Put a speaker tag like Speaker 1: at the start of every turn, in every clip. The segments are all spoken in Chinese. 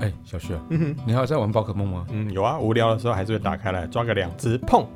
Speaker 1: 哎、小旭啊，
Speaker 2: 嗯哼，
Speaker 1: 你还有在玩宝可梦吗？
Speaker 2: 嗯，有啊，无聊的时候还是会打开来抓个两只，碰，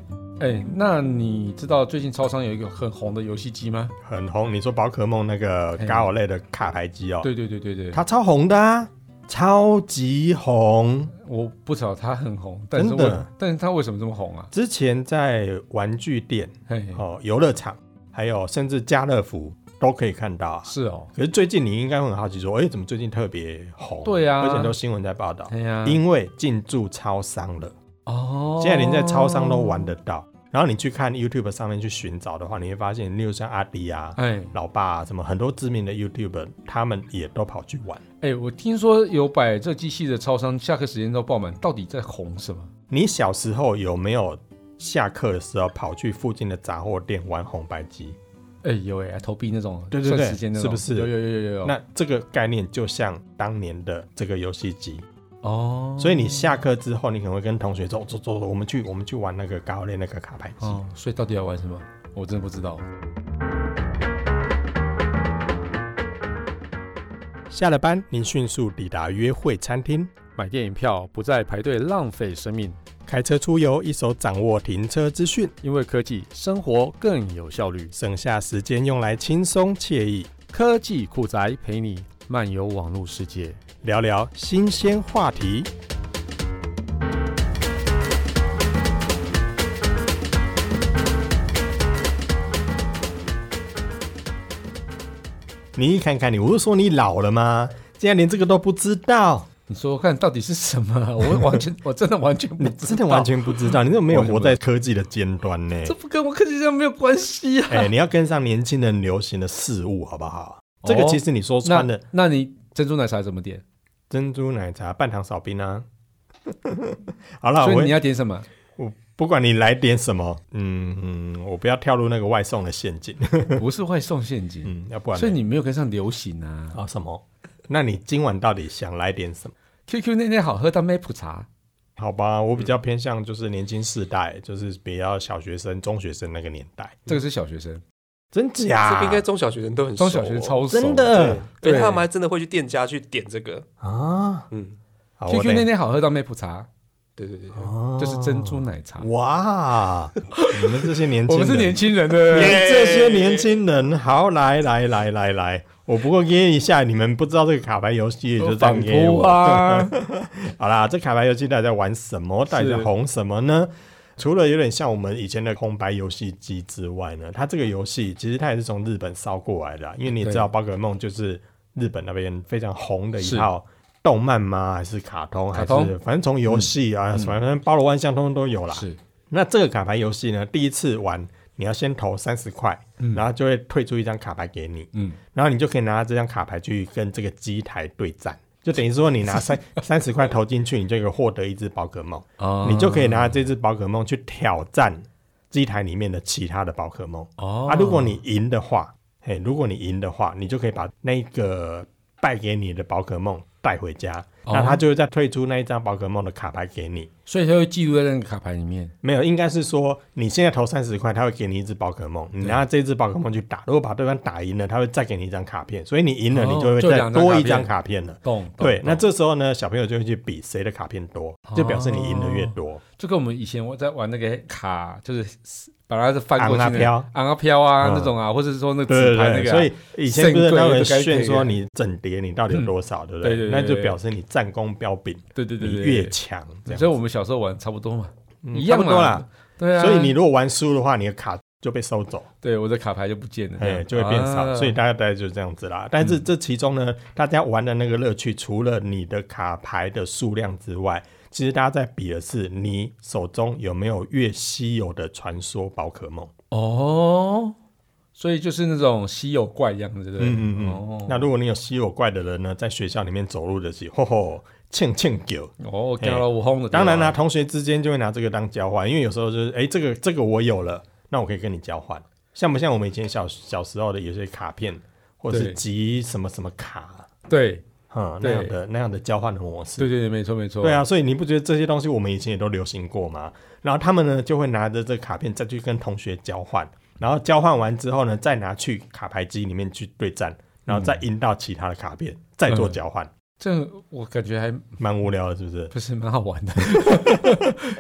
Speaker 1: 哎、那你知道最近超商有一个很红的游戏机吗？
Speaker 2: 很红。你说宝可梦那个
Speaker 1: 嘿
Speaker 2: GAO 类的卡牌机哦，
Speaker 1: 对对对对对，
Speaker 2: 它超红的啊，超级红。
Speaker 1: 我不知道它很红，但是
Speaker 2: 真的
Speaker 1: 为但是它为什么这么红啊？
Speaker 2: 之前在玩具店、
Speaker 1: 嘿，
Speaker 2: 哦游乐场，还有甚至家乐福都可以看到啊。
Speaker 1: 是哦，
Speaker 2: 可是最近你应该会很好奇说，哎、怎么最近特别红？
Speaker 1: 对啊
Speaker 2: 而且很多新闻在报道，
Speaker 1: 哎呀、
Speaker 2: 因为进驻超商了，
Speaker 1: 哦，
Speaker 2: 现在连在超商都玩得到。然后你去看 YouTube 上面去寻找的话，你会发现，例如像阿迪啊、
Speaker 1: 哎
Speaker 2: 老爸、啊、什么很多知名的 YouTube，他们也都跑去玩。
Speaker 1: 哎、我听说有摆这机器的超商下课时间都爆满，到底在红什么？
Speaker 2: 你小时候有没有下课的时候跑去附近的杂货店玩红白机？
Speaker 1: 哎、有哎、投币那种，
Speaker 2: 对对对
Speaker 1: 算时间那种，
Speaker 2: 是不是
Speaker 1: 有有有有有。
Speaker 2: 那这个概念就像当年的这个游戏机，
Speaker 1: 哦，
Speaker 2: 所以你下课之后，你可能会跟同学说：“走走走，我们去我们去玩那个高练那个卡牌机。
Speaker 1: 哦，所以到底要玩什么？我真的不知道。
Speaker 2: 下了班，您迅速抵达约会餐厅，
Speaker 1: 买电影票不再排队浪费生命，
Speaker 2: 开车出游，一手掌握停车资讯，
Speaker 1: 因为科技生活更有效率。
Speaker 2: 省下时间用来轻松惬意，
Speaker 1: 科技酷宅陪你漫游网络世界。
Speaker 2: 聊聊新鲜话题。你看看你，我是说你老了吗？竟然连这个都不知道，
Speaker 1: 你说说看到底是什么啊？ 我完全，我真的完全不
Speaker 2: 你
Speaker 1: 知道，
Speaker 2: 真的完全不知道，你怎么没有
Speaker 1: 完全不
Speaker 2: 活
Speaker 1: 知道
Speaker 2: 在科技的尖端呢？
Speaker 1: 这不跟我科技上没有关系啊。
Speaker 2: 哎、你要跟上年轻人流行的事物，好不好？
Speaker 1: 哦
Speaker 2: 这个其实你说穿
Speaker 1: 那
Speaker 2: 的
Speaker 1: 那你珍珠奶茶怎么点？
Speaker 2: 珍珠奶茶、半糖少冰啊。 好了，
Speaker 1: 所以
Speaker 2: 我
Speaker 1: 你要点什 么？
Speaker 2: 我不管你来点什么，嗯嗯，我不要跳入那个外送的陷阱，
Speaker 1: 不是外送陷阱，
Speaker 2: 嗯，要不然呢
Speaker 1: 所以你没有跟上流行啊。
Speaker 2: 啊什么？那你今晚到底想来点什么？
Speaker 1: QQ 那天好喝，但 Map 茶
Speaker 2: 好吧，我比较偏向就是年轻世代，就是比较小学生、中学生那个年代，
Speaker 1: 这个是小学生，
Speaker 2: 真
Speaker 3: 这
Speaker 2: 假？
Speaker 3: 个应该中小学生都很熟
Speaker 1: 啊中
Speaker 3: 哦
Speaker 1: 小学生超熟啊
Speaker 2: 真的
Speaker 3: 对，哎
Speaker 1: 对
Speaker 3: 对他们还真的会去店家去点这个，
Speaker 2: 啊？
Speaker 3: 嗯，
Speaker 2: 好我
Speaker 1: QQ 那
Speaker 2: 等
Speaker 1: 天好喝，但 Map 茶
Speaker 3: 对对对，对
Speaker 2: 哦
Speaker 1: 就是珍珠奶茶。
Speaker 2: 哇，你们这些年
Speaker 1: 我
Speaker 2: 轻
Speaker 1: 们
Speaker 2: 人，
Speaker 1: 是年轻人的
Speaker 2: 你
Speaker 3: 耶
Speaker 2: 们这些年轻人，好来来来来来，我不过噎一下，你们不知道这个卡牌游戏也就这样
Speaker 1: 反
Speaker 2: 噎
Speaker 1: 扑
Speaker 2: 我。
Speaker 1: 啊，
Speaker 2: 好啦，这卡牌游戏到底在玩什么？到底在红什么呢？除了有点像我们以前的空白游戏机之外呢，它这个游戏其实它也是从日本烧过来的啊，因为你也知道宝可梦就是日本那边非常红的一
Speaker 1: 是
Speaker 2: 套动漫吗？还是卡通？
Speaker 1: 卡通嗯
Speaker 2: 还是反正从游戏啊，反正包罗万象，通通都有 啦。
Speaker 1: 是
Speaker 2: 那这个卡牌游戏呢，第一次玩你要先投三十块，然后就会退出一张卡牌给你，
Speaker 1: 嗯
Speaker 2: 然后你就可以拿这张卡牌去跟这个机台对战。就等于说，你拿 三三十块投进去，你就可以获得一只宝可梦，
Speaker 1: 啊
Speaker 2: 你就可以拿这只宝可梦去挑战机台里面的其他的宝可梦。
Speaker 1: 哦
Speaker 2: 啊，如果你赢的话，嘿，如果你赢的话，你就可以把那个败给你的宝可梦带回家，
Speaker 1: 哦
Speaker 2: 那他就会再退出那一张宝可梦的卡牌给你。
Speaker 1: 所以它会记录在那个卡牌里面。
Speaker 2: 没有，应该是说你现在投三十块，他会给你一只宝可梦，你拿这只宝可梦去打，如果把对方打赢了，他会再给你一张卡片，所以你赢了，
Speaker 1: 哦
Speaker 2: 你就会
Speaker 1: 就
Speaker 2: 再
Speaker 1: 两张
Speaker 2: 多
Speaker 1: 卡
Speaker 2: 一张
Speaker 1: 片
Speaker 2: 卡片了。
Speaker 1: 懂？懂
Speaker 2: 对，
Speaker 1: 懂
Speaker 2: 那这时候呢，小朋友就会去比谁的卡片多，就表示你赢的越多。
Speaker 1: 就跟我们以前我在玩那个卡，就是把它是翻过去
Speaker 2: 昂啊
Speaker 1: 那个
Speaker 2: 飘
Speaker 1: 昂啊飘啊
Speaker 2: 嗯
Speaker 1: 那种啊，或者是说那
Speaker 2: 对
Speaker 1: 纸牌
Speaker 2: 对
Speaker 1: 那
Speaker 2: 对，
Speaker 1: 个啊，
Speaker 2: 所以以前不是
Speaker 1: 胜
Speaker 2: 他
Speaker 1: 贵
Speaker 2: 们
Speaker 1: 就该
Speaker 2: 炫
Speaker 1: 配
Speaker 2: 说
Speaker 1: 啊
Speaker 2: 你整叠你到底有多少，对不
Speaker 1: 对对
Speaker 2: 对？
Speaker 1: 对
Speaker 2: 那就
Speaker 1: 对
Speaker 2: 表示你战功彪炳，
Speaker 1: 对对对
Speaker 2: 你
Speaker 1: 对，
Speaker 2: 越强，
Speaker 1: 对
Speaker 2: 这样
Speaker 1: 所以我们小时候玩差不多嘛，
Speaker 2: 嗯
Speaker 1: 一
Speaker 2: 差
Speaker 1: 样
Speaker 2: 不
Speaker 1: 嘛
Speaker 2: 多啦。
Speaker 1: 对啊。
Speaker 2: 所以你如果玩输的话，你的卡就被收走。
Speaker 1: 对我的卡牌就不见了这
Speaker 2: 哎，
Speaker 1: 样，
Speaker 2: 就会变少，
Speaker 1: 啊嗯
Speaker 2: 所以大家大概就是这样子啦。但是这其中呢，大家玩的那个乐趣，除了你的卡牌的数量之外，其实大家在比的是你手中有没有越稀有的传说宝可梦。
Speaker 1: 哦，所以就是那种稀有怪一样的，对不对？
Speaker 2: 嗯嗯嗯
Speaker 1: 哦，
Speaker 2: 那如果你有稀有怪的人呢，在学校里面走路的时候，吼吼，欠欠狗。
Speaker 1: 哦，掉了五轰的，
Speaker 2: 哎当然啦、
Speaker 1: 对吧啊
Speaker 2: 同学之间就会拿这个当交换，因为有时候就是，哎、这个这个我有了，那我可以跟你交换。像不像我们以前小小时候的有些卡片，或
Speaker 1: 对
Speaker 2: 是集什么什么卡？
Speaker 1: 对
Speaker 2: 嗯，那
Speaker 1: 对
Speaker 2: 样的那样的交换的模式。
Speaker 1: 对对对，没错没错，
Speaker 2: 对，啊，所以你不觉得这些东西我们以前也都流行过吗？然后他们呢就会拿着这卡片再去跟同学交换，然后交换完之后呢，
Speaker 1: 嗯
Speaker 2: 再拿去卡牌机里面去对战，然后再赢到其他的卡片，再做交换。
Speaker 1: 这我感觉还
Speaker 2: 蛮无聊的，是 不是？
Speaker 1: 不是蛮好玩的，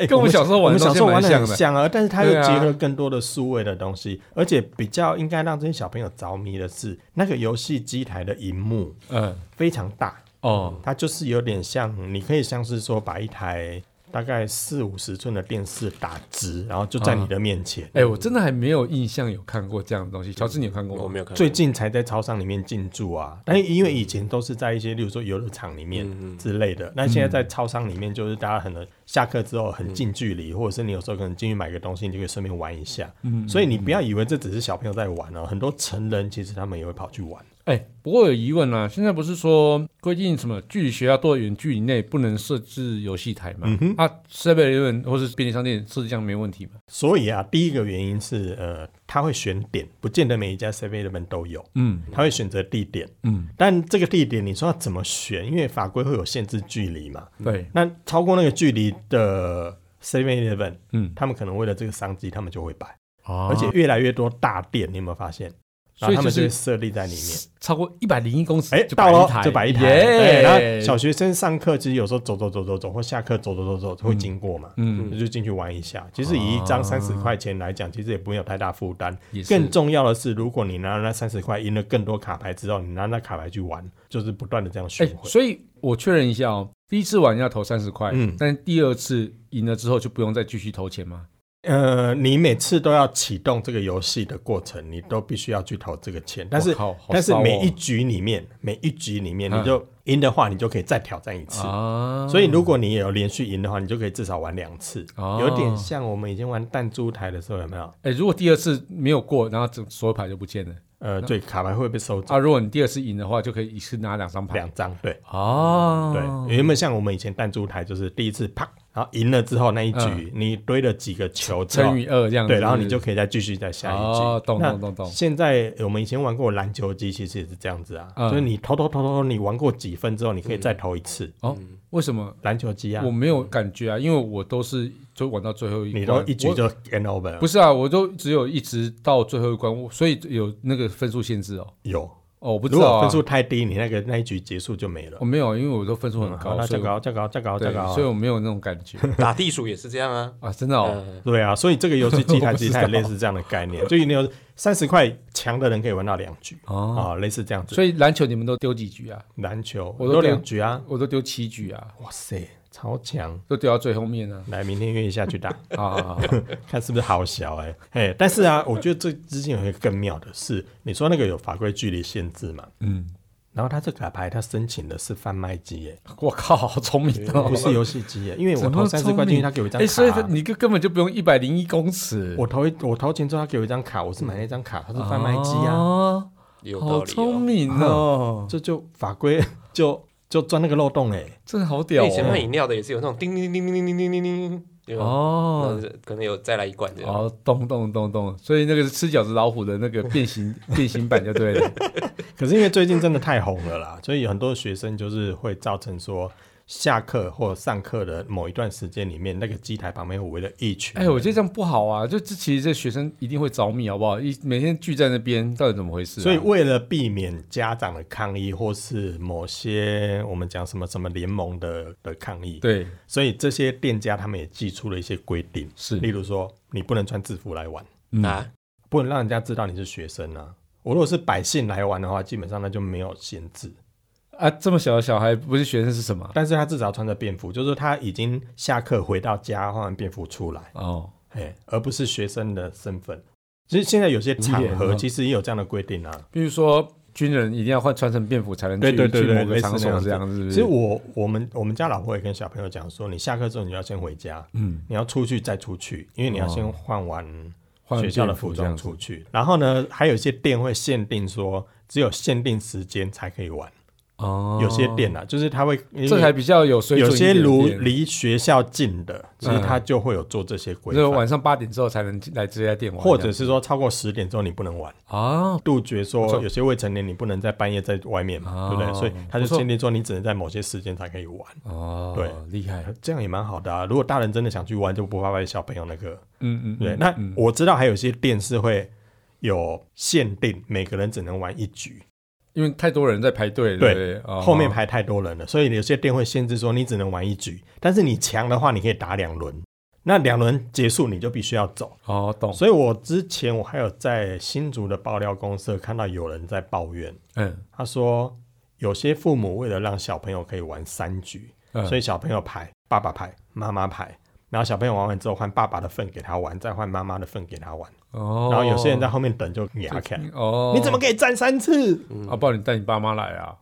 Speaker 2: 哎
Speaker 1: 跟我们小时候
Speaker 2: 我
Speaker 1: 玩
Speaker 2: 们
Speaker 1: 的
Speaker 2: 小
Speaker 1: 东
Speaker 2: 时
Speaker 1: 西
Speaker 2: 候玩
Speaker 1: 蛮
Speaker 2: 的
Speaker 1: 像
Speaker 2: 很
Speaker 1: 的。
Speaker 2: 像啊，但是它又
Speaker 1: 对啊
Speaker 2: 结合更多的数位的东西，而且比较应该让这些小朋友着迷的是，那个游戏机台的荧幕
Speaker 1: 嗯，
Speaker 2: 非常大，
Speaker 1: 哦，
Speaker 2: 它就是有点像，你可以像是说把一台大概四五十寸的电视打直，然后就在你的面前。
Speaker 1: 哎、我真的还没有印象有看过这样的东西。乔治，你有看过
Speaker 3: 我
Speaker 1: 吗？
Speaker 3: 没有看过。
Speaker 2: 最近才在超商里面进驻
Speaker 1: 嗯
Speaker 2: 啊，但是因为以前都是在一些，例如说游乐场里面
Speaker 3: 嗯嗯
Speaker 2: 之类的，那、现在在超商里面，就是大家可能下课之后很近距离，或者是你有时候可能进去买个东西，你就可以顺便玩一下。
Speaker 1: 嗯
Speaker 2: 所以你不要以为这只是小朋友在玩哦，很多成人其实他们也会跑去玩。
Speaker 1: 哎、不过有疑问啦、现在不是说规定什么距离学校多远距离内不能设置游戏台吗？
Speaker 2: 哼
Speaker 1: 啊，Seven Eleven 或是便利商店设置这样没问题吗？
Speaker 2: 所以啊，第一个原因是呃，他会选点，不见得每一家 Seven Eleven 都有，
Speaker 1: 嗯
Speaker 2: 他会选择地点。
Speaker 1: 嗯，
Speaker 2: 但这个地点你说要怎么选？因为法规会有限制距离嘛。
Speaker 1: 对，
Speaker 2: 那超过那个距离的 Seven Eleven，
Speaker 1: 嗯，
Speaker 2: 他们可能为了这个商机，他们就会摆，
Speaker 1: 啊
Speaker 2: 而且越来越多大店，你有没有发现？
Speaker 1: 所
Speaker 2: 然后
Speaker 1: 以
Speaker 2: 他
Speaker 1: 就
Speaker 2: 们就是会设立在里面。
Speaker 1: 超过一百零一公尺，
Speaker 2: 哎、
Speaker 1: 就
Speaker 2: 到
Speaker 1: 一
Speaker 2: 了
Speaker 1: 台，
Speaker 2: 就摆一台。对，
Speaker 1: 耶
Speaker 2: 然后小学生上课其实有时候走走走走走，或下课走走走走会经过嘛，
Speaker 1: 嗯，
Speaker 2: 就进去玩一下。其实以一张
Speaker 1: 啊
Speaker 2: 三十块钱来讲，其实也不会有太大负担。
Speaker 1: 也是
Speaker 2: 更重要的是，如果你拿那三十块赢了更多卡牌之后，你拿那卡牌去玩，就是不断的这样
Speaker 1: 哎、
Speaker 2: 循环。
Speaker 1: 所以我确认一下哦，第一次玩要投三十块，
Speaker 2: 嗯
Speaker 1: 但第二次赢了之后就不用再继续投钱吗？
Speaker 2: 呃，你每次都要启动这个游戏的过程，你都必须要去投这个钱，但是
Speaker 1: 我。靠好
Speaker 2: 但是
Speaker 1: 骚哦
Speaker 2: 每一局里面，每一局里面，
Speaker 1: 嗯
Speaker 2: 你就赢的话，你就可以再挑战一次。
Speaker 1: 啊，
Speaker 2: 所以如果你也有连续赢的话，你就可以至少玩两次，
Speaker 1: 哦
Speaker 2: 有点像我们以前玩弹珠台的时候，有没有？
Speaker 1: 哎、如果第二次没有过，然后整所有牌就不见了
Speaker 2: 呃，对，卡牌会被收走
Speaker 1: 啊。如果你第二次赢的话，就可以一次拿两张牌
Speaker 2: 两张，对对
Speaker 1: 哦，，
Speaker 2: 有没有像我们以前弹珠台，就是第一次啪，然后赢了之后那一
Speaker 1: 嗯
Speaker 2: 局，你堆了几个球之后
Speaker 1: 乘以二这样子，
Speaker 2: 对，然后你就可以再继续再下一局。
Speaker 1: 嗯哦懂
Speaker 2: 那
Speaker 1: 懂懂懂
Speaker 2: 现在我们以前玩过篮球机，其实也是这样子啊，
Speaker 1: 嗯
Speaker 2: 就是你投投投投，你玩过几分之后，你可以再投一次、
Speaker 1: 哦，为什么？
Speaker 2: 篮球机啊
Speaker 1: 我，没有感觉啊，因为我都是就玩到最后一关，
Speaker 2: 你都一局
Speaker 1: 我
Speaker 2: 就 end over 了
Speaker 1: 不是啊，我都只有一直到最后一关，我所以有那个分数限制哦。
Speaker 2: 有。
Speaker 1: 哦，我不知
Speaker 2: 如
Speaker 1: 道、
Speaker 2: 果
Speaker 1: 啊、
Speaker 2: 分数太低，你那个那一局结束就没了嗯
Speaker 1: 我、。没有，因为我都分数很高，
Speaker 2: 那
Speaker 1: 嗯所
Speaker 2: 再
Speaker 1: 以我
Speaker 2: 高，再高，再高，
Speaker 1: 对
Speaker 2: 再，高啊
Speaker 1: 所以。我没有那种感 觉
Speaker 3: 打地鼠也是这样啊。
Speaker 1: 啊，真的哦，
Speaker 3: 嗯
Speaker 2: 对啊，所以这个游戏 机台其实它也类似这样的概念，就你有三十块强的人可以玩到两局
Speaker 1: 哦，
Speaker 2: 啊，类似这样子。
Speaker 1: 所以篮球你们都丢几局啊？
Speaker 2: 篮球
Speaker 1: 我
Speaker 2: 我
Speaker 1: 都
Speaker 2: 都
Speaker 1: 丢
Speaker 2: 两局啊，
Speaker 1: 我都丢七局啊，
Speaker 2: 哇塞，超强！
Speaker 1: 都丢到最后面啊。
Speaker 2: 来，明天约一下去打，
Speaker 1: 好好好，
Speaker 2: 看是不是好小哎、哎、但是啊，我觉得这之前有一个更妙的是，你说那个有法规距离限制嘛，
Speaker 1: 嗯，
Speaker 2: 然后他这卡牌他申请的是贩卖机耶、
Speaker 1: 我靠，好聪明哦，
Speaker 2: 不是游戏机耶、因为我
Speaker 1: 怎么
Speaker 2: 投三十块
Speaker 1: 聪
Speaker 2: 进去，
Speaker 1: 明
Speaker 2: 他给我一张
Speaker 1: 哎，所以
Speaker 2: 卡啊、
Speaker 1: 你就根本就不用一百零一公尺，
Speaker 2: 我投一我投钱之后，他给我一张卡，我是买那张卡，他是贩卖机啊。
Speaker 1: 哦，
Speaker 3: 有道
Speaker 1: 好
Speaker 3: 理哦
Speaker 1: 聪。明哦，
Speaker 2: 这就法规就就钻那个漏洞哎、
Speaker 1: 真的好屌
Speaker 3: 那以前卖
Speaker 1: 哦。
Speaker 3: 饮料的也是有那种叮叮叮叮叮叮叮叮叮，有没有
Speaker 1: 哦，
Speaker 3: 那可能有再来一罐这样。
Speaker 1: 哦，咚咚咚咚，所以那个是吃饺子老虎的 那个变形变形版就对了。
Speaker 2: 可是因为最近真的太红了啦，所以很多学生就是会造成说下课或上课的某一段时间里面，那个机台旁边围了一群。
Speaker 1: 哎、我觉得这样不好啊！就这其实这学生一定会着迷，好不好？一每天聚在那边，到底怎么回事、啊？
Speaker 2: 所以为了避免家长的抗议，或是某些我们讲什么什么联盟的的抗议，
Speaker 1: 对
Speaker 2: 所以这些店家他们也寄出了一些规定，
Speaker 1: 是
Speaker 2: 例如说你不能穿制服来玩，
Speaker 1: 嗯
Speaker 3: 啊，
Speaker 2: 不能让人家知道你是学生啊。我如果是百姓来玩的话，基本上那就没有限制。
Speaker 1: 啊，这么小的小孩不是学生是什么啊？
Speaker 2: 但是他至少穿着便服，就是他已经下课回到家换完便服出来，
Speaker 1: 哦，
Speaker 2: 哎，而不是学生的身份。其实现在有些场
Speaker 1: 无脸
Speaker 2: 合
Speaker 1: 啊
Speaker 2: 其实也有这样的规定啊。
Speaker 1: 比如说军人一定要换穿成便服才能去
Speaker 2: 对对对对
Speaker 1: 去某个
Speaker 2: 类似
Speaker 1: 场
Speaker 2: 那
Speaker 1: 所
Speaker 2: 样子
Speaker 1: 这样，是不
Speaker 2: 其
Speaker 1: 是？
Speaker 2: 实我我们我们家老婆也跟小朋友讲说，你下课之后你就要先回家，
Speaker 1: 嗯，哦
Speaker 2: 你要出去再出去，因为你要先换完
Speaker 1: 换
Speaker 2: 学校的
Speaker 1: 便服
Speaker 2: 服
Speaker 1: 这样
Speaker 2: 装
Speaker 1: 子
Speaker 2: 出去。然后呢，还有一些店会限定说，只有限定时间才可以玩。
Speaker 1: 哦，
Speaker 2: 有些店啊，就是他会因
Speaker 1: 这
Speaker 2: 为
Speaker 1: 还比较有水准
Speaker 2: 有
Speaker 1: 一点
Speaker 2: 些
Speaker 1: 的
Speaker 2: 如
Speaker 1: 店
Speaker 2: 离学校近的，其实
Speaker 1: 嗯
Speaker 2: 他就会有做这些规
Speaker 1: 就是
Speaker 2: 范。
Speaker 1: 晚上八点之后才能来这家店玩这
Speaker 2: 或
Speaker 1: 样，
Speaker 2: 者是说超过十点之后你不能玩，
Speaker 1: 啊，
Speaker 2: 杜绝
Speaker 1: 不错
Speaker 2: 说有些未成年你不能在半夜在外面嘛，
Speaker 1: 哦
Speaker 2: 对不对？所以他就
Speaker 1: 不错
Speaker 2: 限定说你只能在某些时间才可以玩，
Speaker 1: 哦，
Speaker 2: 对，
Speaker 1: 厉害，
Speaker 2: 这样也蛮好的啊。如果大人真的想去玩，就不怕被小朋友那个。
Speaker 1: 嗯嗯，
Speaker 2: 对，
Speaker 1: 嗯
Speaker 2: 那
Speaker 1: 嗯
Speaker 2: 我知道还有一些店是会有限定，每个人只能玩一局，
Speaker 1: 因为太多人在排队，
Speaker 2: 对
Speaker 1: 对不对，哦
Speaker 2: 后面排太多人了，所以有些店会限制说你只能玩一局，但是你强的话你可以打两轮，那两轮结束你就必须要走。
Speaker 1: 哦，懂，
Speaker 2: 所以我之前我还有在新竹的爆料公社看到有人在抱怨，
Speaker 1: 嗯
Speaker 2: 他说有些父母为了让小朋友可以玩三局，
Speaker 1: 嗯，
Speaker 2: 所
Speaker 1: 以
Speaker 2: 以小朋友牌，爸爸牌，妈妈牌。然后小朋友玩完之后，换爸爸的份给他玩，再换妈妈的份给他玩。
Speaker 1: 哦，
Speaker 2: 然后有些人在后面等就牙看，
Speaker 1: 哦，
Speaker 2: 你怎么可以站三次？
Speaker 1: 啊？不然你带你爸妈来 啊？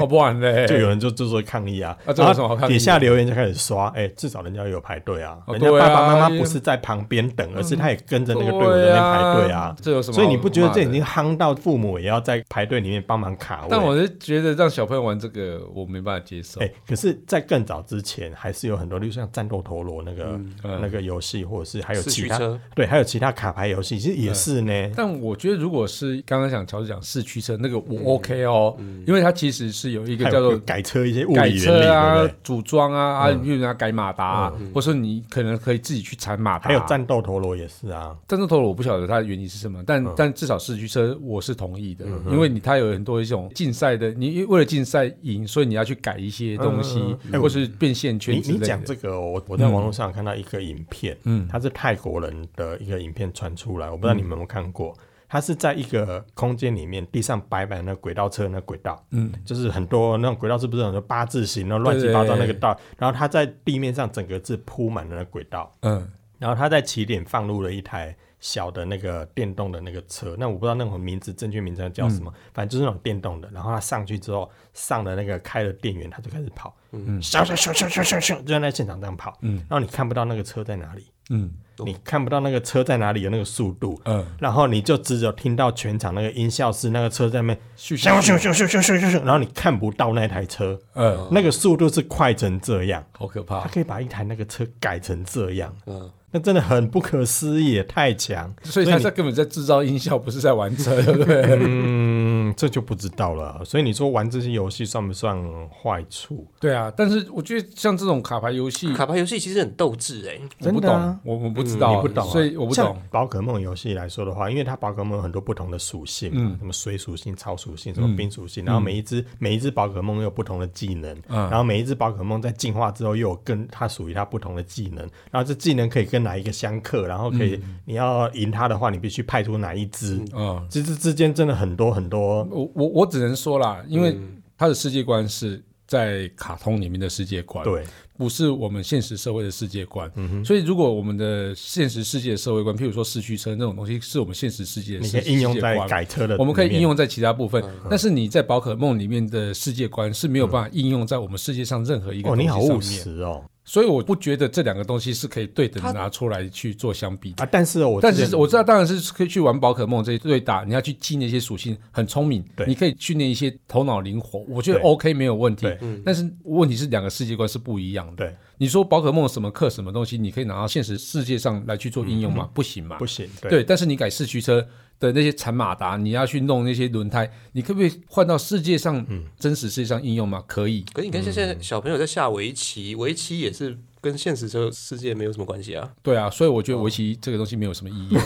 Speaker 1: 哦，不然嘞，
Speaker 2: 就有人就就说抗议啊，
Speaker 1: 啊这有
Speaker 2: 然
Speaker 1: 什么好
Speaker 2: 后
Speaker 1: 抗议的
Speaker 2: 底下留言就开始刷，哎、至少人家有排队啊，
Speaker 1: 哦
Speaker 2: 人家
Speaker 1: 对啊
Speaker 2: 爸爸妈妈
Speaker 1: 因为
Speaker 2: 不是在旁边等，而是他也跟着那个队伍在那边排队啊。
Speaker 1: 这有什么？
Speaker 2: 所以你不觉得这已经？夯到父母也要在排队里面帮忙卡位？
Speaker 1: 但我是觉得让小朋友玩这个，我没办法接受
Speaker 2: 哎、。可是，在更早之前，还是有很多，例如像战斗陀螺那个、
Speaker 1: 嗯
Speaker 2: 那个游戏，或者是还有
Speaker 3: 四
Speaker 2: 其
Speaker 3: 驱
Speaker 2: 他
Speaker 3: 车
Speaker 2: 对，还有其他卡牌游戏，其实也是呢。
Speaker 1: 但我觉得，如果是刚刚想乔治讲市区车那个，我 OK 哦，因为它其实是有一个
Speaker 2: 还
Speaker 1: 叫
Speaker 2: 嗯有
Speaker 1: 做
Speaker 2: 改车一些物
Speaker 1: 改
Speaker 2: 理原理，
Speaker 1: 车啊
Speaker 2: 对不对？、嗯
Speaker 1: 组装啊，啊，比如人家改马达啊，或者说你可能可以自己去缠马达。
Speaker 2: 还有战斗陀螺也是啊，
Speaker 1: 战斗陀螺我不晓得它的原理是什么，但、
Speaker 2: 嗯
Speaker 1: 但至少四驱车我是同意的，因为你它有很多一种竞赛的，你为了竞赛赢，所以你要去改一些东西，或是变现
Speaker 2: 嗯你
Speaker 1: 圈之
Speaker 2: 你
Speaker 1: 类的。
Speaker 2: 讲这个哦、我我在网络上看到一个影片，嗯，它是泰国人的一个影片传出来，我不知道你们有没有看过。它是在一个空间里面，地上摆满那轨道车那轨道，嗯，就是很多那种轨道是不是很多八字形，然后乱七八糟那个道，然后它在地面上整个是铺满了那轨道，
Speaker 1: 嗯，
Speaker 2: 然后他在起点放入了一台小的那个电动的那个车，那我不知道那种名字正确名称叫什么，反正就是那种电动的。然后他上去之后，上了那个开了电源，他就开始跑，嗯，咻咻咻咻咻咻咻，就在那现场这样跑，嗯，哦然后你看不到那个车在哪里，
Speaker 1: 嗯
Speaker 2: 你看不到那个车在哪里有那个速度，
Speaker 1: 嗯，
Speaker 2: 然后你就只有听到全场那个音效是那个车在那边
Speaker 1: 咻
Speaker 2: 咻咻哦咻咻咻咻咻咻，然后你看不到那台车，
Speaker 1: 嗯，
Speaker 2: 那个速度是快成这样，
Speaker 1: 好可
Speaker 2: 他
Speaker 1: 怕。
Speaker 2: 可以把一台那个车改成这样。
Speaker 3: 嗯，
Speaker 2: 那真的很不可思议，也太强。
Speaker 1: 所以他这根本在制造音效，不是在玩车，对不 对？
Speaker 2: 嗯，这就不知道了。所以你说玩这些游戏算不算坏处？
Speaker 1: 对啊，但是我觉得像这种卡牌游戏，
Speaker 3: 卡牌游戏其实很斗志哎，
Speaker 1: 我不
Speaker 2: 真的
Speaker 1: 懂，
Speaker 2: 啊
Speaker 1: 我我不知道啊、
Speaker 2: 你不懂啊、
Speaker 1: 所以我不
Speaker 2: 像
Speaker 1: 懂。
Speaker 2: 宝可梦游戏来说的话，因为它宝可梦有很多不同的属性嘛，
Speaker 1: 嗯
Speaker 2: 什么水属性、草属性、什么冰属性，然后每一只、每一只宝可梦又有不同的技能，
Speaker 1: 嗯
Speaker 2: 然后每一只宝可梦在进化之后又有跟它属于它不同的技能，然后这技能可以跟哪一个相克，然后可以、你要赢它的话，你必须派出哪一只，
Speaker 1: 嗯，
Speaker 2: 其实之间真的很多很多，
Speaker 1: 我我我只能说啦，因为
Speaker 2: 嗯
Speaker 1: 他的世界观是在卡通里面的世界观，
Speaker 2: 对，嗯
Speaker 1: 不是我们现实社会的世界观。所以，如果我们的现实世界的社会观，譬如说市区车那种东西，是我们现实世界的
Speaker 2: 你
Speaker 1: 世
Speaker 2: 可以应用在
Speaker 1: 世界观
Speaker 2: 改车的，嗯
Speaker 1: 我们可以应。用在其他部分，但是你在宝可梦里面的世界观是没有办法应用在我们世界上任何一个东
Speaker 2: 哦，
Speaker 1: 西
Speaker 2: 你
Speaker 1: 上
Speaker 2: 好务
Speaker 1: 面，
Speaker 2: 实哦
Speaker 1: 所以我不觉得这两个东西是可以对等拿出来去做相比的。
Speaker 2: 啊！但是哦我
Speaker 1: 但
Speaker 2: 之前
Speaker 1: 是我知道，当然是可以去玩宝可梦这些对打，你要去记那些属性，很聪明，
Speaker 2: 对
Speaker 1: 你可以训练一些头脑灵活，我觉得
Speaker 2: 对
Speaker 1: OK 没有问题
Speaker 2: 对。
Speaker 1: 但是问题是两个世界观是不一样的。
Speaker 2: 对
Speaker 1: 你说宝可梦什么课什么东西，你可以拿到现实世界上来去做应用吗？不行嘛
Speaker 2: 嗯不。行，对
Speaker 1: 对，但是你改四驱车的那些产马达，你要去弄那些轮胎，你可不可以换到世界上
Speaker 2: 嗯
Speaker 1: 真实世界上应用吗？可以。
Speaker 3: 可是你看现
Speaker 1: 嗯
Speaker 3: 在小朋友在下围棋，围棋也是跟现实社世界没有什么关系啊，
Speaker 1: 对啊，所以我
Speaker 2: 哦
Speaker 1: 觉得围棋这个东西没有什么意义。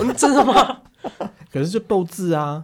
Speaker 2: 可是就斗志啊！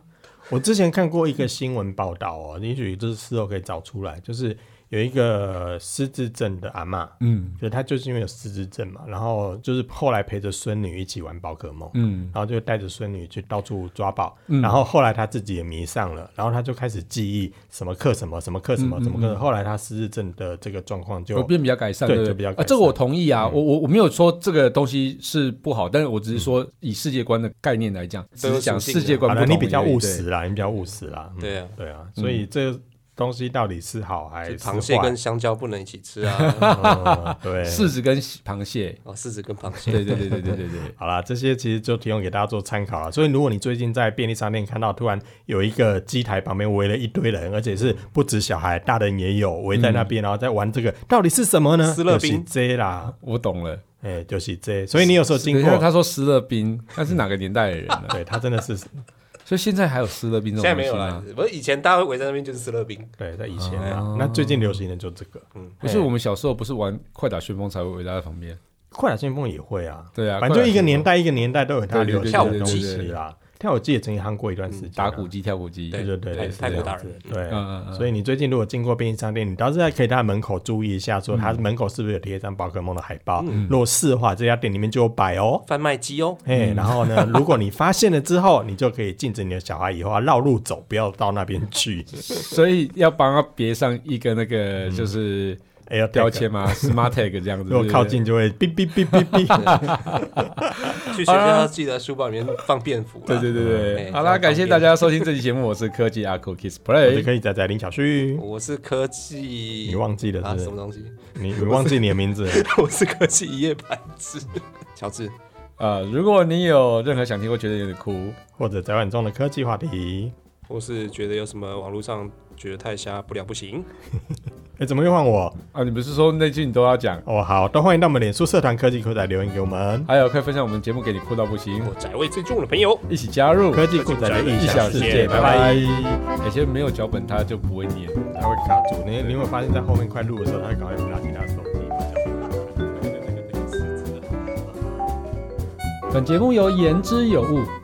Speaker 2: 我之前看过一个新闻报道哦， 也许就是事后可以找出来，就是有一个失智症的阿嬷，
Speaker 1: 嗯
Speaker 2: 就是她就是因为有失智症嘛，然后就是后来陪着孙女一起玩宝可梦，
Speaker 1: 嗯，
Speaker 2: 然后就带着孙女去到处抓宝，然后后来她自己也迷上了，然后她就开始记忆什么课什么什么课什
Speaker 1: 嗯
Speaker 2: 么什么课，后来她失智症的这个状况就
Speaker 1: 有哦变比较改善，
Speaker 2: 对
Speaker 1: 对不
Speaker 2: 就比较改
Speaker 1: 啊，
Speaker 2: 善嗯
Speaker 1: 这个我同意啊，我我我没有说这个东西是不好，但是我只是
Speaker 2: 嗯
Speaker 1: 说以世界观的概念来讲，只
Speaker 3: 都
Speaker 1: 是
Speaker 3: 有
Speaker 1: 讲
Speaker 3: 属性
Speaker 1: 世界观
Speaker 2: 好
Speaker 1: 不
Speaker 2: 了，
Speaker 1: 同而已。
Speaker 2: 你比较务
Speaker 1: 对
Speaker 2: 实啦，你比较务实啦。嗯
Speaker 3: 对啊
Speaker 2: 对啊，所以这东西到底是好还是
Speaker 3: 螃蟹
Speaker 2: 坏
Speaker 3: 跟香蕉不能一起吃 啊，
Speaker 2: 嗯对
Speaker 1: 柿子跟螃蟹，
Speaker 3: 哦，柿子跟螃蟹，
Speaker 1: 对对对对对对 对，
Speaker 2: 好啦，这些其实就提供给大家做参考了。所以，如果你最近在便利商店看到突然有一个机台旁边围了一堆人，而且是不止小孩，大人也有围在那边，
Speaker 1: 嗯
Speaker 2: 然后在玩这个，到底是什么呢？
Speaker 3: 斯乐冰
Speaker 2: 就是这啦，
Speaker 1: 我懂了。
Speaker 2: 哎、就是这。所以你有时候
Speaker 1: 等
Speaker 2: 经
Speaker 1: 一下
Speaker 2: 过，？
Speaker 1: 他说斯乐冰，那是哪个年代的人呢
Speaker 2: 对他真的是
Speaker 1: 所以现在还有斯乐冰这
Speaker 3: 现
Speaker 1: 种东
Speaker 3: 在没
Speaker 1: 西
Speaker 3: 有
Speaker 1: 吗
Speaker 3: 啦？，不是以前大家会围在那边就是吃乐冰，
Speaker 2: 对在以前啊，
Speaker 1: 哦
Speaker 2: 那最近流行的就这个。
Speaker 1: 不是我们小时候不是玩快打旋风才会围在他旁边？
Speaker 2: 快打旋风也会啊，
Speaker 1: 对啊
Speaker 2: 反正就一
Speaker 1: 快打旋风
Speaker 2: 个年代一个年代都有
Speaker 1: 对对
Speaker 2: 它流
Speaker 1: 对
Speaker 2: 行的
Speaker 3: 对对
Speaker 2: 东
Speaker 3: 对
Speaker 2: 西
Speaker 1: 对嗯
Speaker 2: 啦。跳舞机也曾经夯过一段时间、
Speaker 1: 打鼓，机、跳舞机，
Speaker 2: 啊对对对，
Speaker 3: 泰
Speaker 2: 类似
Speaker 3: 泰国
Speaker 2: 这样
Speaker 3: 达人
Speaker 2: 子对。
Speaker 1: 嗯嗯
Speaker 2: 所以你最近如果经过便利商店，你倒是可以在门口注意一下，说它门口是不是有贴一张宝可梦的海报。如果是的话，这家店里面就有摆哦。
Speaker 3: 贩卖机哦，
Speaker 2: 哎、然后呢， 如果你发现了之后，你就可以禁止你的小孩以后要绕路走，不要到那边去。
Speaker 1: 嗯，所以要帮他别上一个那个
Speaker 2: 嗯
Speaker 1: 就是
Speaker 2: 哎要
Speaker 1: 标，签 嘛，smart tag 这样子，
Speaker 2: 如果
Speaker 1: 对
Speaker 2: 靠近就会哔哔哔哔 哔。
Speaker 3: 去学校
Speaker 2: 啊
Speaker 3: 要记得书包里面放便服啦。
Speaker 1: 对对对对，
Speaker 3: 哎
Speaker 1: 好啦，感谢大。家收听这期节目，我是科技阿 Q Kiss
Speaker 2: 我是
Speaker 1: Play，
Speaker 2: 可以仔仔林小旭
Speaker 3: 这样方便，我是科技，
Speaker 2: 你忘记了
Speaker 3: 啊
Speaker 2: 是
Speaker 3: 什
Speaker 2: 不
Speaker 3: 么
Speaker 2: 是？
Speaker 3: 东西？
Speaker 2: 你你忘记你的名字了？
Speaker 3: 我是科技一夜白痴，乔治。
Speaker 1: 呃，如果你有任何想听或觉得有点酷，
Speaker 2: 或者宅晚中的科技话题？
Speaker 3: 或是觉得有什么网络上觉得太瞎不了不行，
Speaker 2: 哎、怎么又换我？
Speaker 1: 啊，你不是说那句你都要讲？
Speaker 2: 哦，好，都欢迎到我们脸书社团科技酷仔留言给我们。
Speaker 1: 还有可以分享我们节目给你酷到不行，
Speaker 3: 我宅味最重的朋友，
Speaker 1: 一起加入。
Speaker 2: 科技酷仔的异想世界，拜
Speaker 1: 拜
Speaker 2: 拜
Speaker 1: 拜。有些没有脚本他就不会念。
Speaker 2: 它会卡住，你你会发现在后面快录的时候，它会赶快拿起他的手机。
Speaker 1: 本节目由言之有物、